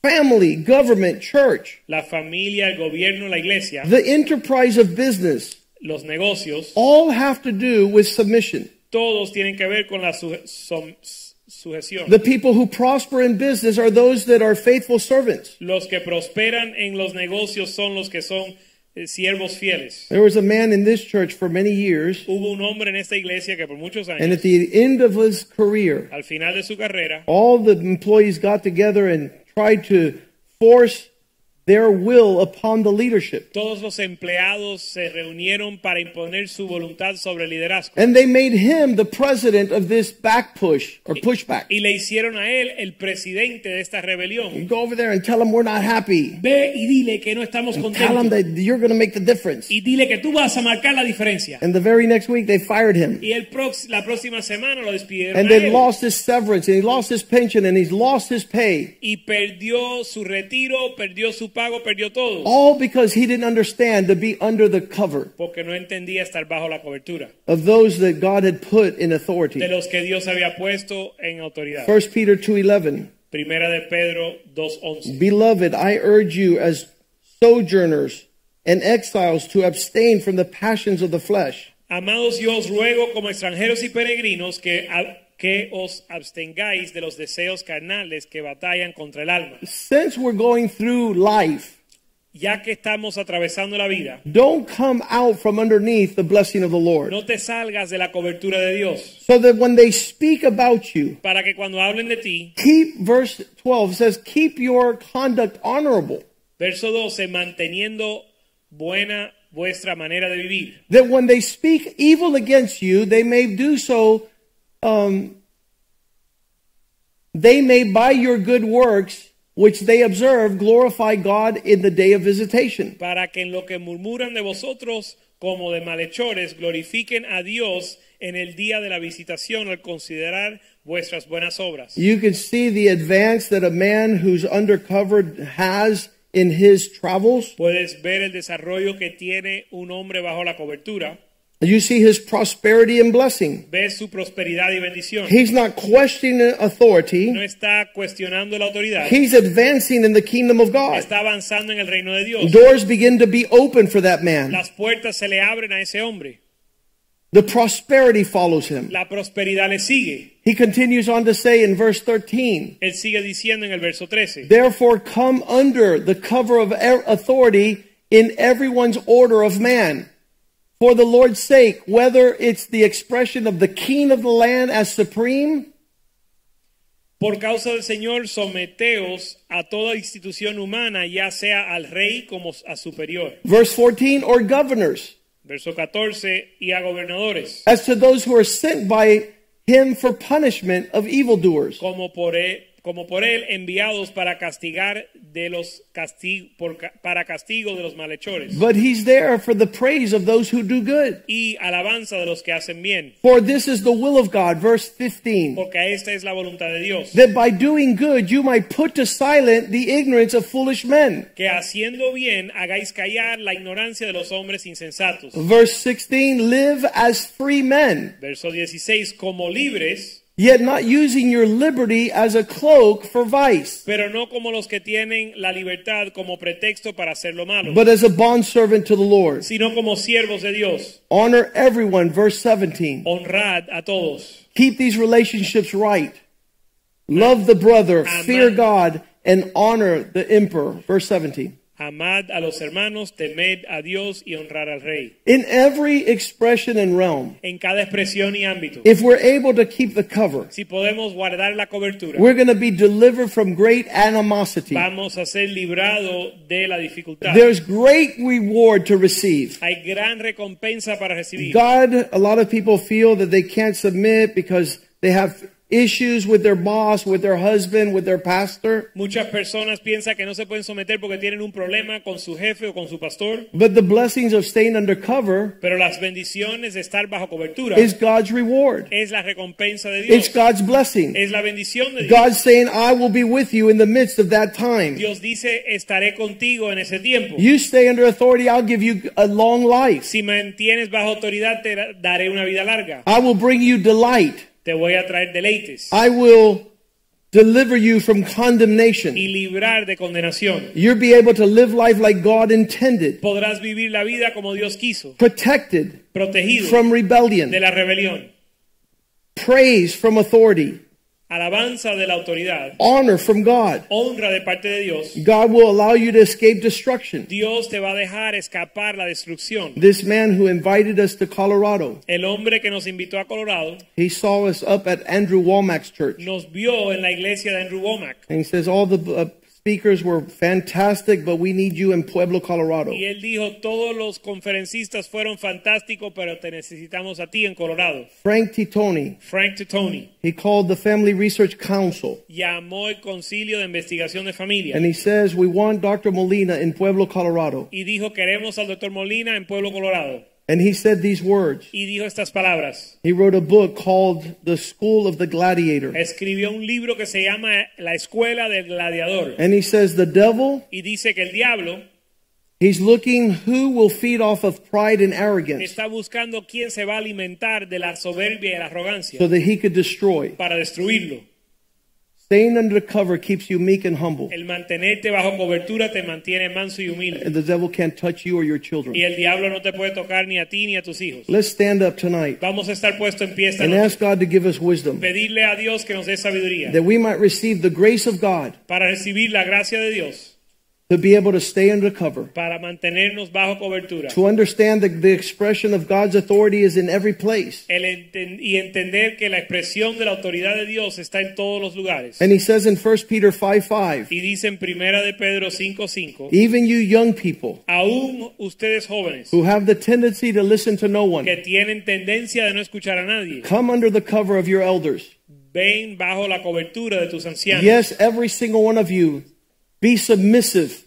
S1: Family, government, church,
S2: La familia, el gobierno, la iglesia,
S1: the enterprise of business,
S2: los negocios,
S1: all have to do with submission.
S2: todos tienen que ver con la suje- som- sujeción.
S1: The people who prosper in business are those that are faithful servants.
S2: Los que prosperan en los negocios son los que son eh, siervos fieles.
S1: There was a man in this church for many years,
S2: Hubo un hombre en esta iglesia que por muchos
S1: and
S2: años,
S1: at the end of his career,
S2: al final de su carrera,
S1: all the employees got together and tried to force their will upon the leadership.
S2: todos los empleados se reunieron para imponer su voluntad sobre el liderazgo.
S1: And they made him the president of this back push or pushback.
S2: Y le hicieron a él el presidente de esta rebelión.
S1: Go over there and tell them we're not happy.
S2: Ve y dile que no estamos
S1: Tell them
S2: contentos.
S1: that you're going to make the difference.
S2: Y dile que tú vas a marcar la diferencia.
S1: And the very next week, they fired him.
S2: Y el prox- la próxima semana lo despidieron.
S1: And
S2: a
S1: they
S2: él.
S1: lost his severance, and he lost his pension, and he's lost his pay.
S2: y perdió su retiro, perdió su pago, perdió todo.
S1: All because he didn't understand to be under the cover
S2: Porque no entendía estar bajo la cobertura
S1: of those that God had put in
S2: de
S1: authority.
S2: los que Dios había puesto en autoridad.
S1: First Peter 2:11.
S2: Primera de Pedro 2.11.
S1: Beloved, I urge you as sojourners and exiles to abstain from the passions of the flesh,
S2: Amados, yo os ruego como extranjeros y peregrinos que, a- que os abstengáis de los deseos carnales que batallan contra el alma.
S1: since we're going through life.
S2: Ya que estamos atravesando la vida,
S1: Don't come out from underneath the blessing of the Lord.
S2: no te salgas de la cobertura de Dios.
S1: So that when they speak about you,
S2: Para que cuando hablen de ti,
S1: keep verse 12 says keep your conduct honorable.
S2: verso 12, manteniendo buena vuestra manera de vivir.
S1: that when they speak evil against you, they may do so. Um, they may, by your good works, which they observe, glorify God in the day of visitation.
S2: para que en lo que murmuran de vosotros como de malhechores glorifiquen a Dios en el día de la visitación al considerar vuestras buenas obras.
S1: You can see the advance that a man who's undercover has in his travels.
S2: Puedes ver el desarrollo que tiene un hombre bajo la cobertura,
S1: You see his prosperity and blessing.
S2: ves su prosperidad y bendición.
S1: He's not questioning
S2: No
S1: authority.
S2: está cuestionando la autoridad,
S1: He's advancing in the kingdom of God.
S2: está avanzando en el reino de Dios.
S1: Doors begin to be open for that man.
S2: Las puertas se le abren a ese hombre,
S1: The prosperity follows him.
S2: la prosperidad le sigue.
S1: He continues on to say in verse 13,
S2: Él sigue diciendo en el verso 13,
S1: Therefore come under the cover of e- authority in everyone's order of man. For the Lord's sake, whether it's the expression of the king of the land as supreme,
S2: Por causa del Señor, someteos a toda institución humana, ya sea al rey como a superior.
S1: verse 14, or governors,
S2: Verso 14, y a gobernadores,
S1: as to those who are sent by him for punishment of evildoers.
S2: como por él, como por él enviados para castigar de los casti- por ca- para castigo de los malhechores
S1: But he's there for the praise of those who do good.
S2: y alabanza de los que hacen bien,
S1: For this is the will of God, verse 15.
S2: porque esta es la voluntad de Dios,
S1: that by doing good you might put to silent the ignorance of foolish men.
S2: que haciendo bien hagáis callar la ignorancia de los hombres insensatos.
S1: Verse 16 Live as free men,
S2: Verso 16, como libres
S1: yet not using your liberty as a cloak for vice,
S2: pero no como los que tienen la libertad como pretexto para hacer lo malo,
S1: but as a bondservant to the Lord.
S2: sino como siervos de Dios.
S1: Honor everyone, verse 17.
S2: Honrad a todos,
S1: Keep these relationships right. Love the brother,
S2: Amen.
S1: fear God, and honor the emperor, verse 17.
S2: Amad a los hermanos, temed a Dios y honrar al rey.
S1: In every expression and realm,
S2: En cada expresión y ámbito,
S1: if we're able to keep the cover,
S2: si podemos guardar la cobertura,
S1: we're going to be delivered from great animosity.
S2: vamos a ser librados de la dificultad.
S1: There's great reward to receive.
S2: Hay gran recompensa para recibir.
S1: God, a lot of people feel that they can't submit because they have issues with their boss, with their husband, with their pastor.
S2: Muchas personas piensan que no se pueden someter porque tienen un problema con su jefe o con su pastor,
S1: But the blessings of staying under cover
S2: pero las bendiciones de estar bajo cobertura
S1: is God's reward.
S2: es la recompensa de Dios,
S1: It's God's blessing.
S2: es la bendición de Dios.
S1: God's saying, I will be with you in the midst of that time.
S2: Dios dice, estaré contigo en ese tiempo.
S1: You stay under authority, I'll give you a long life.
S2: Si mantienes bajo autoridad, te da- daré una vida larga.
S1: I will bring you delight.
S2: Te voy a traer deleites
S1: I will deliver you from condemnation.
S2: y librar de condenación.
S1: You'll be able to live life like God intended,
S2: Podrás vivir la vida como Dios quiso,
S1: protected
S2: protegido
S1: from
S2: de
S1: rebellion,
S2: la rebelión,
S1: praise from authority,
S2: alabanza de la autoridad,
S1: honor from God.
S2: honra de parte de Dios.
S1: God will allow you to escape destruction.
S2: Dios te va a dejar escapar la destrucción.
S1: This man who invited us to Colorado,
S2: El hombre que nos invitó a Colorado
S1: he saw us up at Andrew Walmack's church.
S2: nos vio en la iglesia de Andrew Womack
S1: And he says, All the uh, speakers were fantastic, but we need you in Pueblo, Colorado.
S2: y él dijo, todos los conferencistas fueron fantásticos, pero te necesitamos a ti en Colorado.
S1: Frank Titoni,
S2: Frank Tony
S1: he called the Family Research Council.
S2: llamó el concilio de investigación de familia
S1: And he says, We want Dr. Molina in Pueblo, Colorado.
S2: y dijo, queremos al doctor Molina en Pueblo Colorado.
S1: And he said these words.
S2: Y dijo estas palabras.
S1: He wrote a book called The School of the Gladiator.
S2: Escribió un libro que se llama La Escuela del Gladiador
S1: And he says, The devil,
S2: y dice que el diablo
S1: he's looking who will feed off of pride and arrogance
S2: está buscando quién se va a alimentar de la soberbia y la arrogancia
S1: so that he could destroy.
S2: para destruirlo.
S1: Staying under cover keeps you meek and humble.
S2: El mantenerte bajo cobertura te mantiene manso y humilde.
S1: And the devil can't touch you or your
S2: Y
S1: children.
S2: el diablo no te puede tocar ni a ti ni a tus hijos.
S1: Let's stand up tonight
S2: Vamos a estar puesto en pie esta
S1: and
S2: noche.
S1: ask God to give us wisdom
S2: Pedirle a Dios que nos dé sabiduría
S1: that we might receive the grace of God
S2: para recibir la gracia de Dios,
S1: to be able to stay under cover,
S2: para mantenernos bajo cobertura
S1: to understand that the expression of God's authority is in every place.
S2: El enten- y entender que la expresión de la autoridad de Dios está en todos los lugares.
S1: And he says in 1 Peter 5 5,
S2: Y dice en Primera de Pedro 5:5,
S1: even you young people
S2: aún ustedes jóvenes
S1: who have the tendency to listen to no one,
S2: que tienen tendencia de no escuchar a nadie,
S1: come under the cover of your elders.
S2: ven bajo la cobertura de tus ancianos.
S1: Yes, every single one of you, be submissive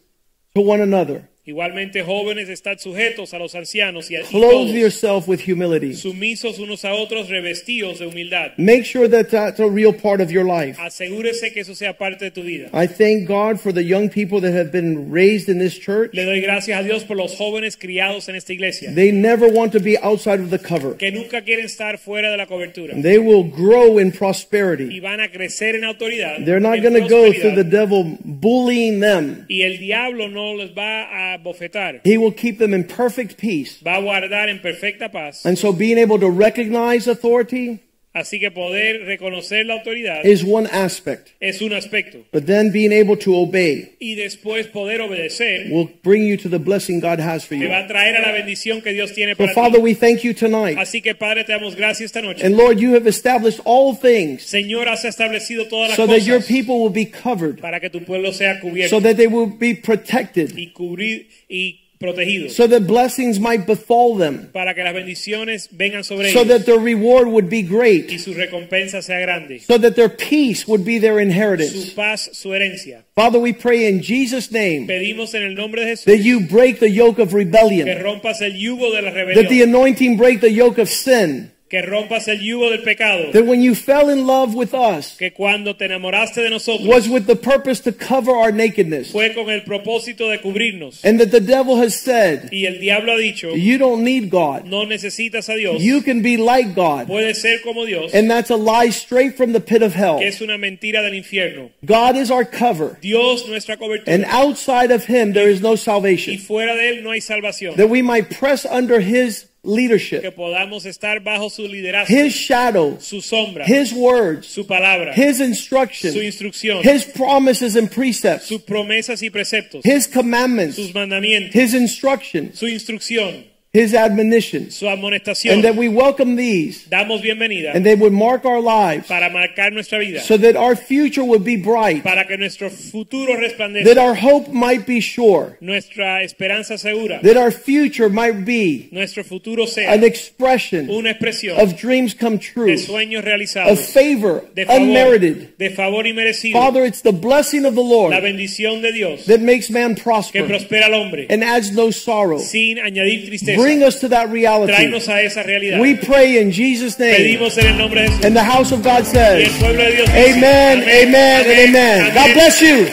S1: to one another.
S2: Igualmente jóvenes estad sujetos a los ancianos y a y
S1: Clothe
S2: todos,
S1: yourself with humility.
S2: sumisos unos a otros, revestidos de humildad.
S1: Make sure that that's a real part of your life.
S2: Asegúrese que eso sea parte de tu vida.
S1: I thank God for the young people that have been raised in this church.
S2: Le doy gracias a Dios por los jóvenes criados en esta iglesia,
S1: They never want to be outside of the cover.
S2: que nunca quieren estar fuera de la cobertura
S1: They will grow in
S2: y
S1: prosperity.
S2: van a crecer en autoridad.
S1: They're not
S2: en
S1: going to go
S2: prosperidad,
S1: through the devil bullying them.
S2: y el diablo no les va a bofetar,
S1: He will keep them in perfect peace.
S2: va a guardar en perfecta paz.
S1: And so being able to recognize authority
S2: Así que poder reconocer la autoridad
S1: is one aspect.
S2: es un aspecto
S1: But then being able to obey
S2: y después poder obedecer
S1: will bring you to the blessing God has for
S2: te va
S1: you.
S2: a traer a la bendición que Dios tiene
S1: So
S2: para ti.
S1: Father, we thank you tonight.
S2: Así que Padre, te damos gracias esta noche.
S1: And Lord, you have established all things
S2: Señor, has establecido todas las
S1: so that your
S2: cosas
S1: people will be covered,
S2: para que tu pueblo sea cubierto
S1: so that they will be protected,
S2: y cubrir y protegido,
S1: so that blessings might befall them,
S2: para que las bendiciones vengan sobre
S1: so that
S2: ellos
S1: their reward would be
S2: y
S1: great,
S2: su recompensa sea grande,
S1: so that their peace would be their
S2: su
S1: inheritance.
S2: paz, su herencia.
S1: Father, we pray in Jesus' name
S2: Pedimos en el nombre de Jesús
S1: that you break the yoke of
S2: que
S1: rebellion,
S2: rompas el yugo de la
S1: that the
S2: rebelión,
S1: anointing break the yoke of sin,
S2: que rompas el yugo del pecado,
S1: that when you fell in love with us,
S2: que cuando te enamoraste de nosotros
S1: was with the purpose to cover our nakedness,
S2: fue con el propósito de cubrirnos.
S1: and that the devil has said,
S2: Y el diablo ha dicho,
S1: You don't need God,
S2: no necesitas a Dios,
S1: you can be like God.
S2: puedes ser como Dios,
S1: And that's a lie straight from the pit of hell.
S2: que es una mentira del infierno.
S1: God is our cover,
S2: Dios nuestra
S1: and
S2: cobertura
S1: outside of Him there is no
S2: y
S1: salvation.
S2: fuera de él no hay salvación
S1: That we might press under His
S2: que
S1: leadership,
S2: podamos estar bajo su liderazgo,
S1: His shadow,
S2: su sombra,
S1: His words,
S2: su palabra,
S1: His instruction,
S2: su instrucción,
S1: His promises and precepts,
S2: sus promesas y preceptos,
S1: His commandments,
S2: sus mandamientos,
S1: His instruction,
S2: su instrucción,
S1: His admonitions,
S2: su amonestación.
S1: and that we welcome these
S2: Damos bienvenida
S1: and they would mark our lives
S2: para marcar nuestra vida,
S1: so that our future would be bright,
S2: para que nuestro futuro
S1: that
S2: resplandezca,
S1: our hope might be sure,
S2: nuestra esperanza segura,
S1: that our future might be
S2: nuestro futuro sea
S1: an expression
S2: una expresión
S1: of dreams come true,
S2: de sueños
S1: of
S2: realizados,
S1: favor,
S2: de favor,
S1: unmerited.
S2: de favor y merecido,
S1: Father, it's the blessing of the
S2: la
S1: Lord
S2: bendición de Dios
S1: that makes man
S2: que
S1: prosper
S2: prospera al hombre
S1: and adds no sorrow.
S2: sin añadir tristeza.
S1: Bring us to that reality.
S2: Tráenos a esa realidad.
S1: We pray in Jesus' name.
S2: Pedimos en el nombre de Jesús.
S1: And the house of God
S2: Y el
S1: says,
S2: pueblo de Dios dice,
S1: Amen, amen, and amen.
S2: amén.
S1: God bless you.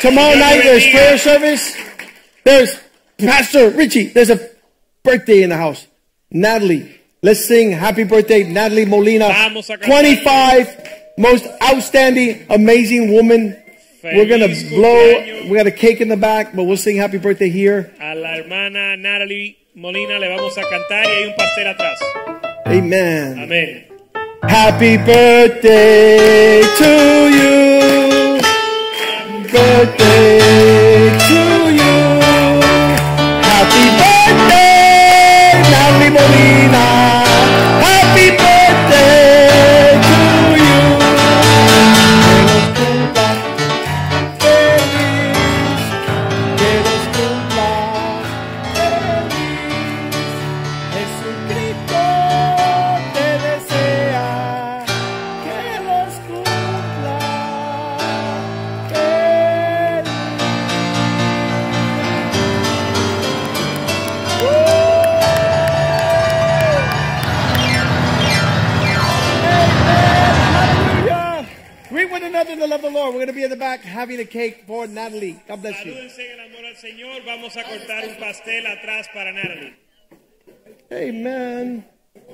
S1: Tomorrow night there's prayer service. There's Pastor Richie. There's a birthday in the house. Natalie. Let's sing happy birthday, Natalie Molina.
S2: Vamos a cantar.
S1: 25 most outstanding, amazing woman. We're gonna
S2: Feliz
S1: blow.
S2: cumpleaños.
S1: We got a cake in the back, but we'll sing happy birthday here.
S2: A la hermana Natalie Molina le vamos a cantar y hay un pastel atrás. Ah.
S1: Amen.
S2: Amén.
S1: Happy birthday to you. Birthday to you. Happy birthday, Natalie Molina. Happy birthday to you. Jesucristo te desea que los cumpla feliz. ¡Uh! Amen. Hallelujah. Greet one another in the love of the Lord. We're going to be in the back having a cake for Natalie. God bless you.
S2: Salúdense en el amor al Señor. Vamos a cortar un pastel atrás para Natalie.
S1: Amen.